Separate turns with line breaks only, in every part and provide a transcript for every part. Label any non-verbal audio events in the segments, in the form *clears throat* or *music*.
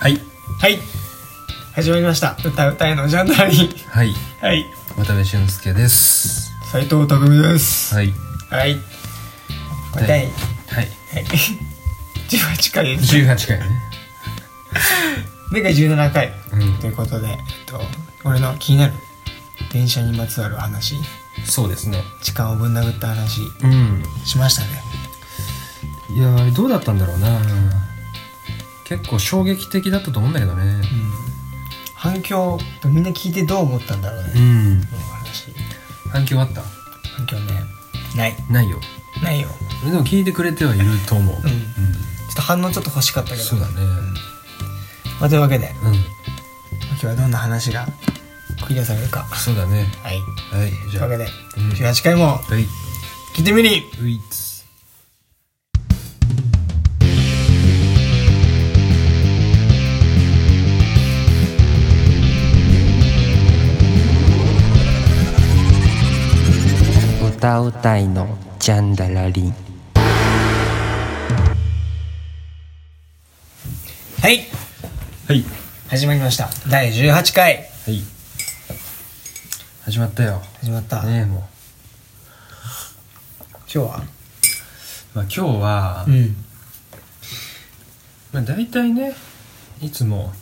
はい
はい始まりました歌うたいのジャンダリー
はい
はい
渡部俊介です
斉藤匠です
はい
はいこれ第、はい、 *laughs*
はい
18回です
18回ね
前回17回
うん
ということで、えっと、俺の気になる電車にまつわる話
そうですね
時間をぶん殴った話
うん
しましたね
いやーどうだったんだろうな結構衝撃的だったと思うんだけどね
うん反響とみんな聞いてどう思ったんだろうね、
ん
この話
反響あった
反響ねない
ないよ
ないよ
でも聞いてくれてはいると思う、
うんちょっと反応ちょっと欲しかったけど
そうだね
まあ、というわけで
うん、
今日はどんな話が繰り出されるか
そうだね
はい
はい
とい
じ
う
ゃあ
わけ
は
で
うん
18回も
い
聞いてみに
ういっつ
歌うたいのジャンダラリン
はい
はい
始まりました第18回
はい始まったよ
始まった、
ねえもう、
今日は
まあ、今日は、
ん
まあ、大体ねいつも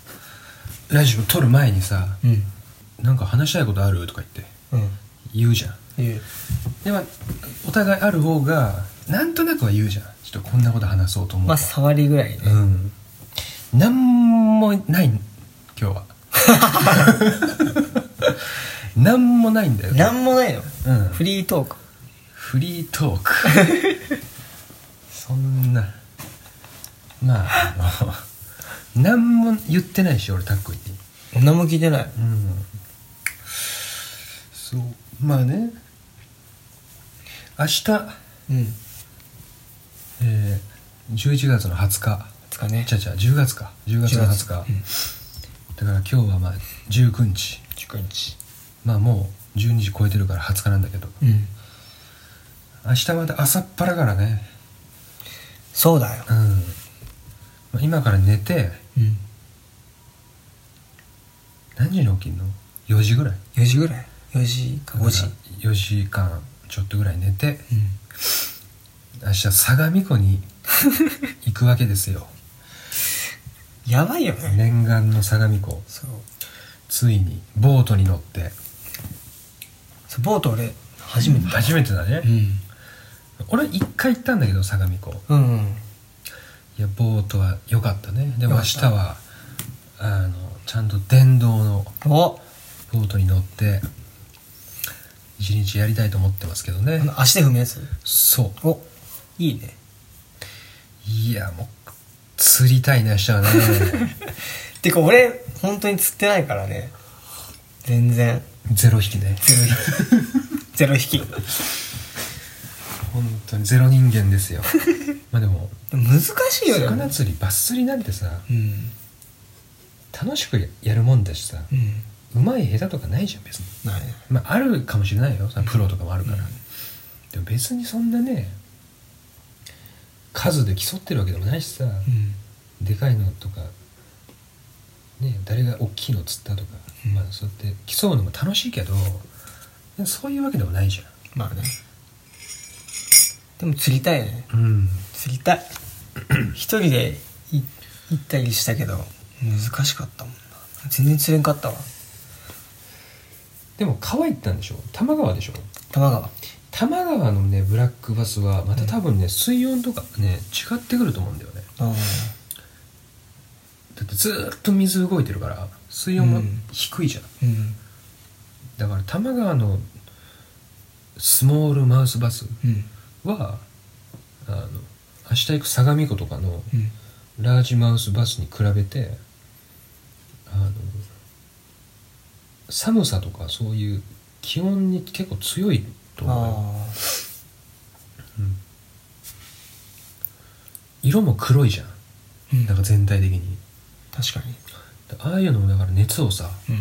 ラジオ撮る前にさ
うん
「なんか話したいことある?」とか言って
うん
言うじゃん
言う
でまあお互いある方がなんとなくは言うじゃんちょっとこんなこと話そうと思う
まあ
と
触りぐらいね、
うんなんもない今日
*laughs*
はなんもないんだよ
なんもないの、
うん
フリートーク
フリート
*laughs*
ークそんなまああの何も言ってないし俺タック言って
何も聞いてない
うんそうまあね明日、
うん
えー、11月の20日
つかね
じゃじゃ10月か10月の20日だから今日はまあ19日
19日
まあもう12時超えてるから20日なんだけど
うん
明日まで朝っぱらからね
そうだよ
うんまあ今から寝て
うん
何時に起きんの4時ぐらい
4時ぐらい4時か5時
4時間ちょっとぐらい寝て
うん
明日相模湖に行くわけです
*laughs*
よ
やばいよね
念願の相模湖
そう
ついにボートに乗って
そうボート俺初めてだ
初めてだね、
うん
俺一回行ったんだけど相模湖
うんうん
いやボートは良かったねでも明日はあのちゃんと電動の
お
ボートに乗って一日やりたいと思ってますけどね
あの足で踏むやつ
そう
おいいね
いやもう釣りたいね明日はね
*laughs* てか俺本当に釣ってないからね全然
ゼロ匹ね
ゼロ匹ゼ
*laughs*
ロ匹
本当にゼロ人間です
*laughs*
よまあでも
難しいよ
魚
ね
釣りバス釣りなんてさ
うん
楽しくやるもんだしさ
うん
うまい下手とかないじゃん別に
ない
まああるかもしれないよそのプロとかもあるから、でも別にそんなね数で競ってるわけでもないしさ、
うん
でかいのとかね誰が大きいの釣ったとか、
うん
まあそうやって競うのも楽しいけどでもそういうわけでもないじ
まあねでも釣りたいね
ゃんうん
釣りた
*laughs*
い一人でい行ったりしたけど難しかったもんな全然釣れんかったわ
でも川行ったんでしょ多摩川でしょ
多摩川
多摩川のねブラックバスはまた多分ね水温とかね違ってくると思うんだよね
あ
だってずーっと水動いてるから水温も
うん
低いじゃん、
うん
だから多摩川のスモールマウスバス
うん
はあの明日行く相模湖とかの
うん
ラージマウスバスに比べてあの寒さとかそういう気温に結構強いと思うよ
ああ
色も黒いじゃん
うん
なんか全体的に
確かに
でああいうのもだから熱をさ
うん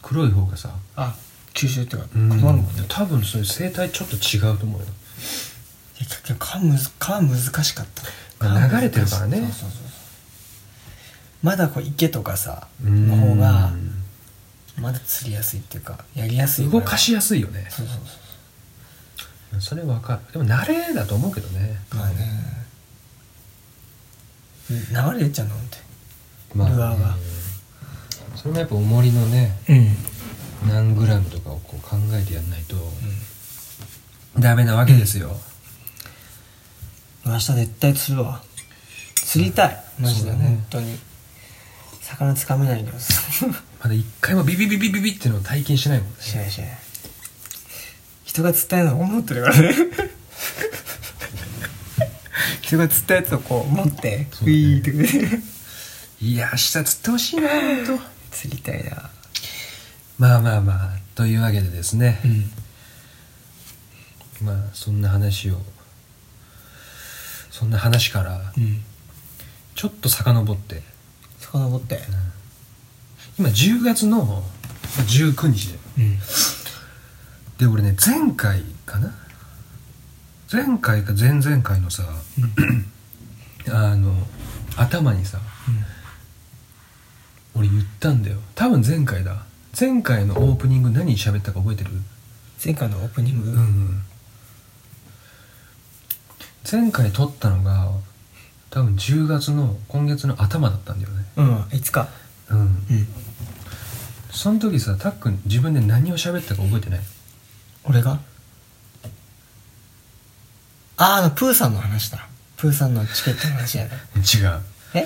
黒い方がさ
あ吸収っていうか
う
困
ん
るもんねいや
多分それ生態ちょっと違うと思うよ
結局川むず川難しかった
まあ流れてるからね
そうそうそうそうまだこう池とかさ
うん
の方がまだ釣りやすいっていうかやりやすい
動かし
や
やすいよね
そうそう
それわかるでも慣れだと思うけどね
そうまあねうん流れ出ちゃうのって
まあ
ルアーが
うんそれもやっぱ重りのね
うん
何グラムとかをこう考えてやんないとダメなわけですよ、
明日絶対釣るわ釣りたいマジで、
そうだね
本当に魚つかめないけどさ
まだ一回もビビビビビビっていうのを体験しないもんね
しないしない人が釣ったやつを思ってるから *laughs* ね人が釣ったやつをこう持って
そう
ウ
ね
ィーってくれる
いや明日釣ってほしいな本当。
釣りたいな
まあまあまあというわけでですね、
ん
まあそんな話をそんな話から
うん
ちょっと遡って
遡って
今10月のまあ19日で
うん
で俺ね前回かな前回か前々回のさ *clears throat* あの頭にさ俺言ったんだよ多分前回だ前回のオープニング何喋ったか覚えてる
前回のオープニング、
うんうん前回撮ったのが多分10月の今月の頭だったんだよね
うん、いつか。
うん
うん。
その時さたっくん自分で何を喋ったか覚えてない
俺がああ、あの、プーさんの話だ。プーさんのチケットの話やね。
違う
え
違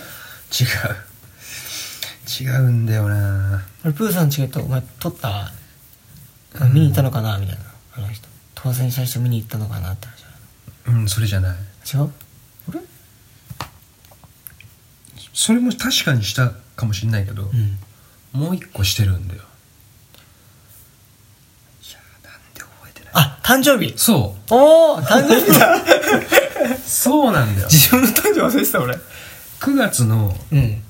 う違うんだよな
俺、プーさんのチケット、お前、取った見に行ったのかなみたいな。あの人。当選した人見に行ったのかなって
うんそれじゃない
話。違うあれ
それも確かにしたかもしれないけど、
うん。
もう一個してるんだよいやなんで覚えてない
あ、誕生日
そ
おお誕生日 *laughs* だ
うそうなんだよ
自分の誕生日忘れてた、俺。
9月の
うん。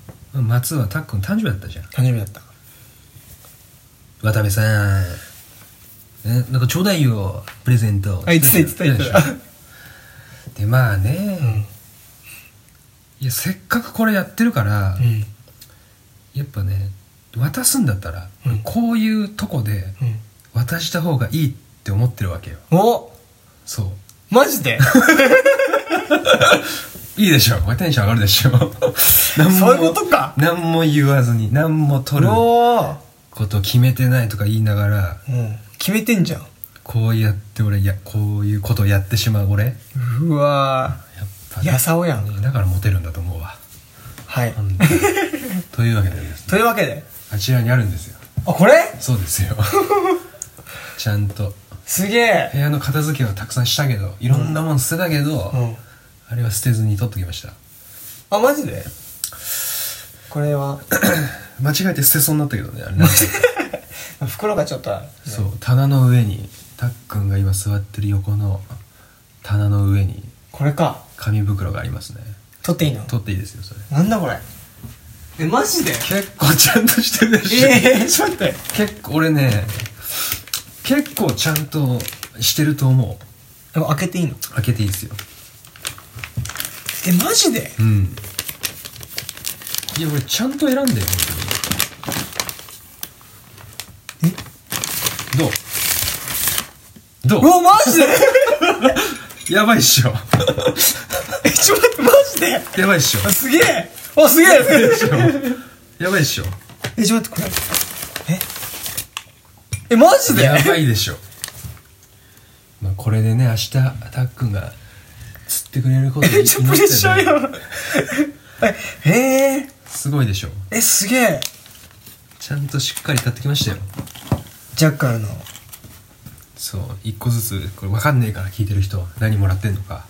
末はたっくん誕生日だったじゃん
誕生日だった。
渡部さんえなんかちょうだいよプレゼント
あいつだいつだい
言っ
つだ
てた *laughs* でまあね、いやせっかくこれやってるから、
うん。
やっぱね渡すんだったら、
うん
こういうとこで
うん。
渡した方がいいって思ってるわけよ
お
そう
マジで
いいでしょこれテンション上がるでしょ *laughs* 何
そういうことか
何も言わずに何も取るこ
おお
と決めてないとか言いながら
うん。決めてんじゃん。
こうやって俺やこういうことをやってしまう俺やっ
うわ
ぱ
ーやさおやん。
だからモテるんだと思うわ
はい。
本当に *laughs* というわけでですね
というわけで、
あちらにあるんですよ
あ、これ
そうですよ *laughs* ちゃんと
すげえ
部。屋の片付けはたくさんしたけどいろんなもん捨てたけど、
うん。
あれは捨てずに取っときました
あ、マジでこれは、
間違えて捨てそうになったけどねあれなんか
袋がちょっとある、
そう棚の上にたっくんが今座ってる横の棚の上に
これか。
紙袋がありますね
取っていいの
取っていいですよそれ
なんだこれ。え、マジで
結構ちゃんとしてるでしょ、
ええちょっと待って。
結構俺ね結構ちゃんとしてると思う
でも開けていいの
開けていいですよ
え、マジで
うんいや俺ちゃんと選んだよ本当にえどう
う
どう
わ、マジで
やばいっしょ
え、ちょっと待って、マジで
やばいっしょ
あ、すげえあ、すげえ
やばいっしょ
え、ちょっと待って、これ。ええ、マジで
やばいでしょまあこれでね明日たっくんが釣ってくれることに
めっちゃプレッシャー
祈ってね
やん。え、え
すごいでしょ
ー、え、すげえ。
ちゃんとしっかり立ってきましたよ
ジャッカルの。
そう一個ずつこれ分かんねえから聞いてる人何もらってんのか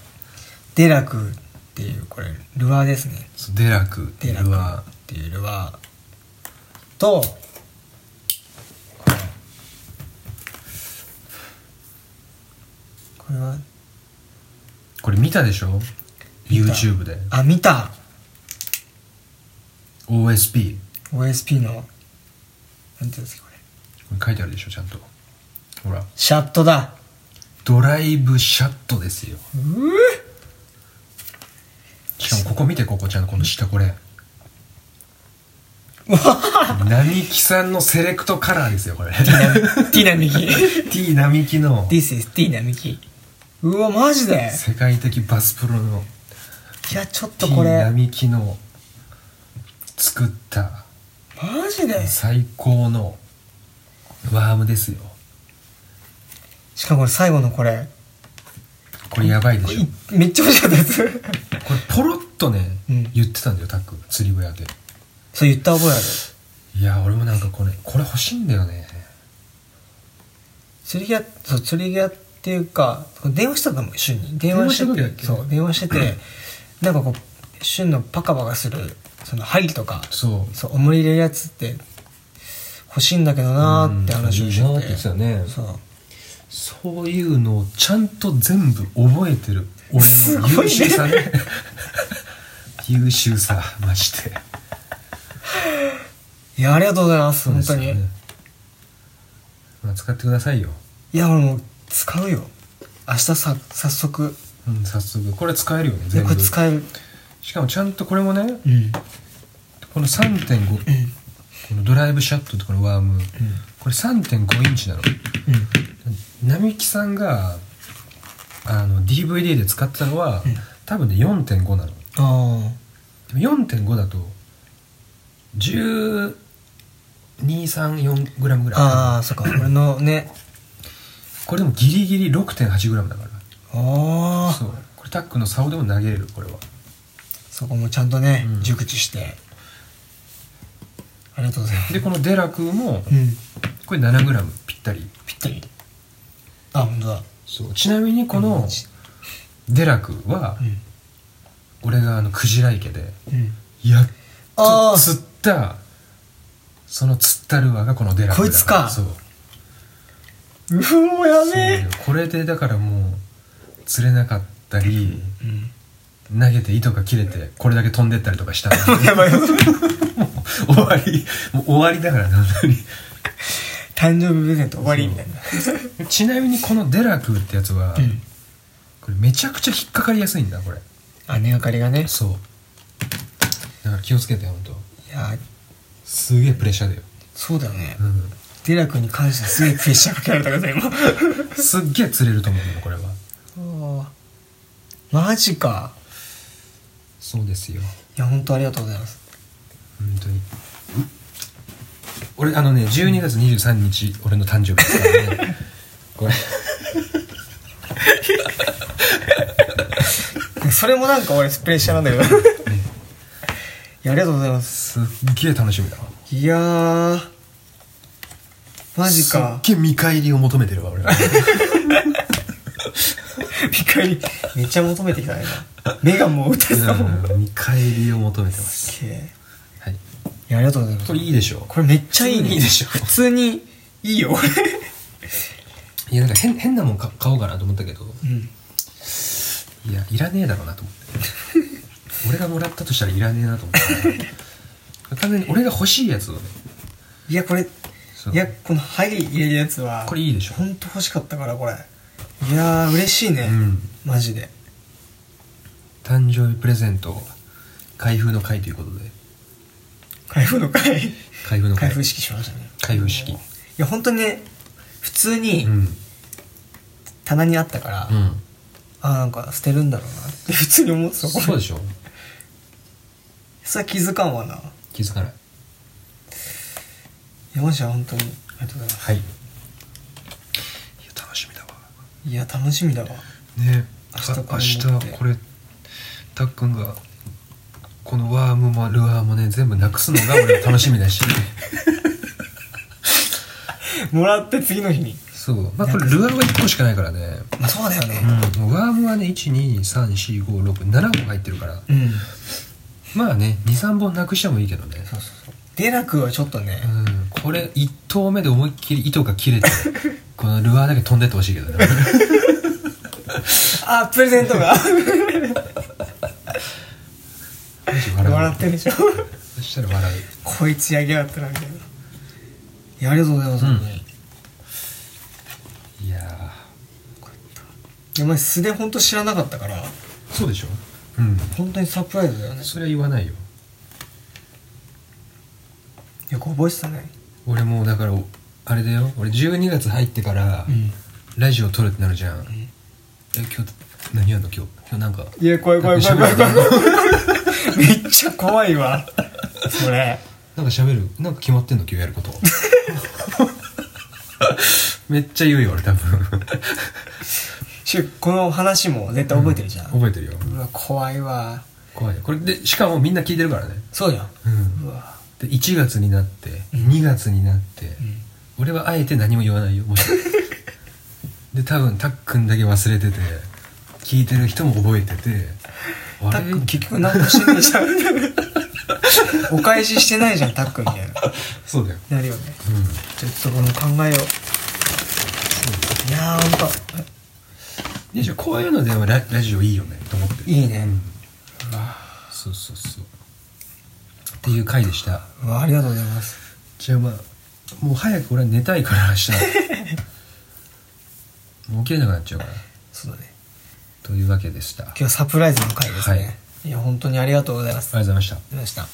デラクっていうこれルアーですね
そうデラク
デラ
ル
ク
ア
っていうルアーとこれこれは
ーこれ見たでしょ
見た
YouTube で
あ見た
OSP
OSP のなんていうんですかこれ
これ書いてあるでしょちゃんとほら
シャットだ
ドライブシャットですよしかもここ見てここちゃんとこの下これ並木さんのセレクトカラーですよこ
*laughs*
れ
ティーナミキ
T 並木の
This is ティーナミキうわマジで
世界的バスプロの
いやちょっと
T
これ
並木の作った
マジで
最高のワームですよ
しかもこれ最後のこれ
これやばいで
これ
しょ
いめっちゃ欲しかったやつ
これポロッとね、
うん
言ってたんだよタック釣り小屋で
そう言った覚えある
いや俺もなんかこれこれ欲しいんだよね
釣りギアそう釣りギアっていうか電話してたもん旬に電
話
話して
して
て
たっけ
そう電話し
*clears throat*
ててなんかこう旬のパカパカするその針とか
そう
そう思い入れるやつって欲しいんだけどなーって話をしてて、
うんいいなーって言ってたよね
そう
そういうのをちゃんと全部覚えてる俺
す
の
ごいね
優秀さね優秀さまして
いやありがとうございます
そうで
本
す
当
よ
に、
ねまあ、使ってくださいよ、
いや俺もう使うよ明日さ早速
うん、早速これ使えるよね
いや
全
これ
部
使える
しかもちゃんとこれもね
うん
この3.5、このドライブシャットとこのワーム、これ3.5インチなの並木さんがあの DVD で使ってたのは、多分ね4.5なの
あ
でも4.5だと12344グラムぐ
あ
らい
ああそっか俺のね
これでもギリギリ6.8グラムだから
あ
そ
あ
うこれタックの竿でも投げれるこれは
そこもちゃんとね、
うん
熟知してありがとうございます
でこのデラクーも
うん
これ7グラムぴったり
ぴったりあ本当だ
そうちなみにこ
う
の
ん
デラクーは
う
俺があのクジラ池で
んうん
やっ
あ
と
ー
釣ったその釣ったルアーがこのデラクーだら
こいつか
そう
うおやべえ
そうこれでだからもう釣れなかったり
うん
投げて糸が切れてこれだけ飛んでったりとか *laughs* したので
やばいやばい
終わりもう終わりだからな本
誕生日プレゼント終わりみたいな
当に *laughs* ちなみにこのデラクーってやつは、
うん
これめちゃくちゃ引っかかりやすいんだこれ
あ根がかりがね
そうだから気をつけて本当
いや
すげえプレッシャーだよ、
そうだよね
うん、
デラ君に関してはすげえプレッシャーかけられたけど今 *laughs*
すっげえ釣れると思うんだよこれは
おーマジか
そうですよ
いや本当ありがとうございます
本当に俺あのね12月23日俺の誕生日ですから *laughs* ねこれ
それもなんか俺プレッシャーなんだけどいやありがとうございます
すっげえ楽しみだわ
いやーマジか
すっげえ見返りを求めてるわ俺は
ピカリめっちゃ求めてきたね今目がもう打たれたもん
うん見返りを求めてます
すげえ
はい
いやありがとうございます
これいいでしょ
これめっちゃいいね
いいでしょ
普通にいいよ俺
いやなんか変変なもんか買おうかなと思ったけど
うん
いやいらねえだろうなと思って俺がもらったとしたらいらねえなと思って完全に俺が欲しいやつをね
いやこれ
そう
いやこの針入れるやつは
これいいでしょ
ほんと欲しかったからこれいやー嬉しいね、
うん
マジで
誕生日プレゼント開封の会ということで
開封の会
開封の会
開封式しましたね
開封式
いや本当にね普通に
うん
棚にあったから、
う
あ
ん
あーなんか捨てるんだろうなって普通に思ってたこ
そう
れ
でしょ
それは気づかんわない
気づかない
やマジで本当にありがとうございます
はいいや楽しみだわ
いや楽しみだわ
ね
明日これ持って
明日これたっくんがこのワームもルアーもね全部なくすのが俺は楽しみだ
*laughs*
し
もらって次の日に
そうまあこれルアーは1個しかないからね
まあそうだよね
うんワームはね1234567本入ってるから
うん、
まあね23本なくしてもいいけどね
そうそうそうデラクはちょっとね、
うんこれ1投目で思いっきり糸が切れてこのルアーだけ飛んでってほしいけどね
あープレゼント *laughs* が笑
笑
ってるでしょ
うそしたら笑
こいつやりやがったなみたいないやありがとうございます、
うん
本当に
ういやー
いやまあ素で本当知らなかったから
そうでしょうん
本当にサプライズだよね
それは言わないよ
よく覚えてたね
俺もうだからあれだよ俺12月入ってから
ん
ラジオ撮るってなるじゃん、え今日何やんの今日今日なんか
いや怖い怖い怖い怖い怖い怖い *laughs* めっちゃ怖いわそれ
なんか喋るなんか決まってんの今日やること *laughs* めっちゃ言うよ俺多分
しこの話も絶対覚えてるじゃん、
覚えてるよ
うわ怖いわ
怖いよこれでしかもみんな聞いてるからね
そうやん
うん
うわ
で1月になって2月になって、俺はあえて何も言わないよも *laughs* しで多分たっくんだけ忘れてて聞いてる人も覚えててあ
た
れ
っくん結局何もしてないじ *laughs* ゃんお返ししてないじゃんたっくんみたいな
そうだよ
なるよね
うん
ちょっとこの考えをいやーほんと
でしょこういうのではララジオいいよねと思って
いいね
うんそうそうそうっていう回でした
うわありがとうございます
じゃあまあもう早く俺は寝たいから明日 *laughs* もう起きれなくなっちゃうから
そうだね
というわけでしたありがと
今日はサプライズの回ですね、、
はい
や本当にありがとうございますあ
うございました
りがとうございました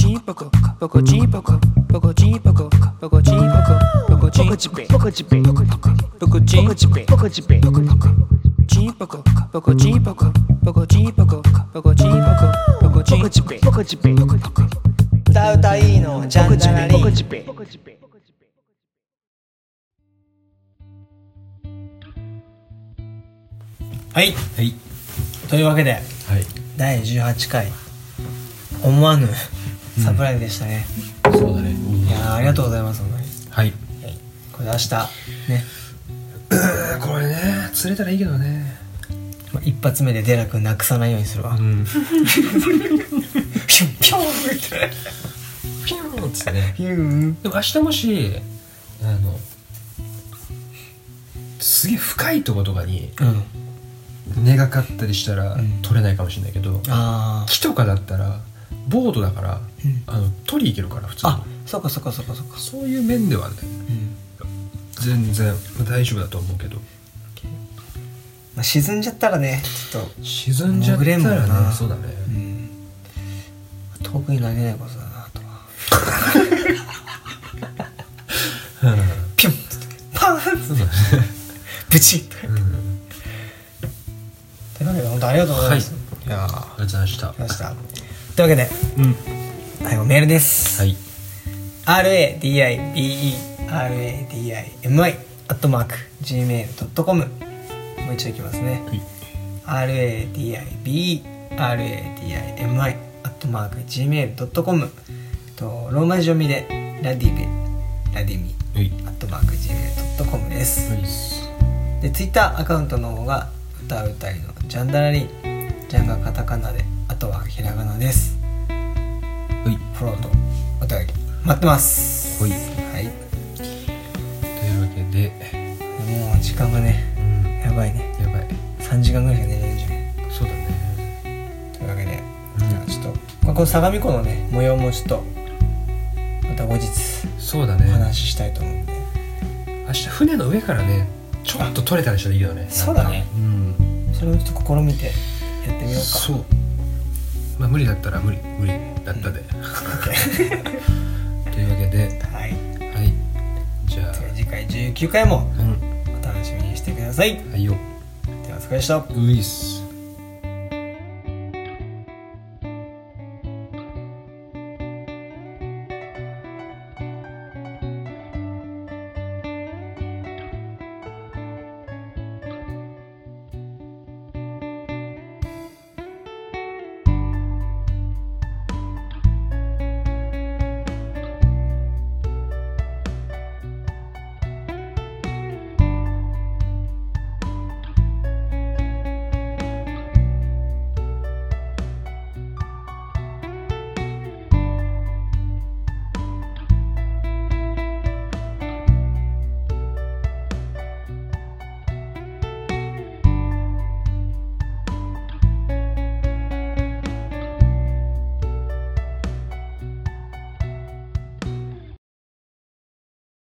チンポコポコチンポコポコチンポコポコチンポコポコチンポコポコチンポコポコポコチンポコポコチンポコポコチンポコポコチンポコポコチンポコポコチンポコポコチンポコポコチンポコポコ
歌うたいいのジャンダラリンはい
はい
というわけで
はい
第18回思わぬサプライズでしたね、
そうだね
いやーありがとうございます本当に
はい
これで明日ね、
これね釣れたらいいけどね
まあ、一発目でデラ君なくさないようにするわ、
ん
ピュンピュンって
ピューンっつってね
ピュン
でも明日もしあのすげえ深いとことかに
うん
根がかったりしたら
ん
取れないかもしれないけど、
あー
木とかだったらボードだから、
うん
あの取り行けるから普通に
あそっかそっかそっかそっか
そういう面ではね
うん、
全然大丈夫だと思うけど
まあ、沈んじゃったらねちょっと
沈んじゃったら
潜れんもんな
ねそうだね、
うん遠くに投げないことだなとは
うん
ピュンってパーンって
そうだね、
ブチッて
うん、
というわけで本当ありがとうございます、、
はい
やー
ありがとうございました
ましたというわけで、最後メールです、
はい
RADIBERADIMI アットマーク Gmail.com もう一度いきますね、RADIBERADIMI アットマーク Gmail.com とローマ字読みでラディベラディミ
はい
アットマーク Gmail.com です、で Twitter アカウントの方が歌う歌いのジャンダラリンジャンがカタカナであとはひらがなです
はい
フォローとお便り待ってます
はい
はい
というわけで、
もう時間がね
うん、
やばいね
やばい
3時間ぐらいしか寝れるんじゃない
そうだね
というわけで、
うん
じゃあちょっと、まあ、この相模湖のね模様もちょっとまた後日
そうだ
お
ね
話ししたいと思うんで、
明日船の上からねちょっと取れたりしたらいいよね
そうだね
うん
それをちょっと試みてやってみようか
そうまあ無理だったら無理無理だったで、
*laughs*
というわけで
はい
はいじゃ
では次回19回も
あうん
お楽しみにしてください
はいよ
ではお疲れ様でした
ういっす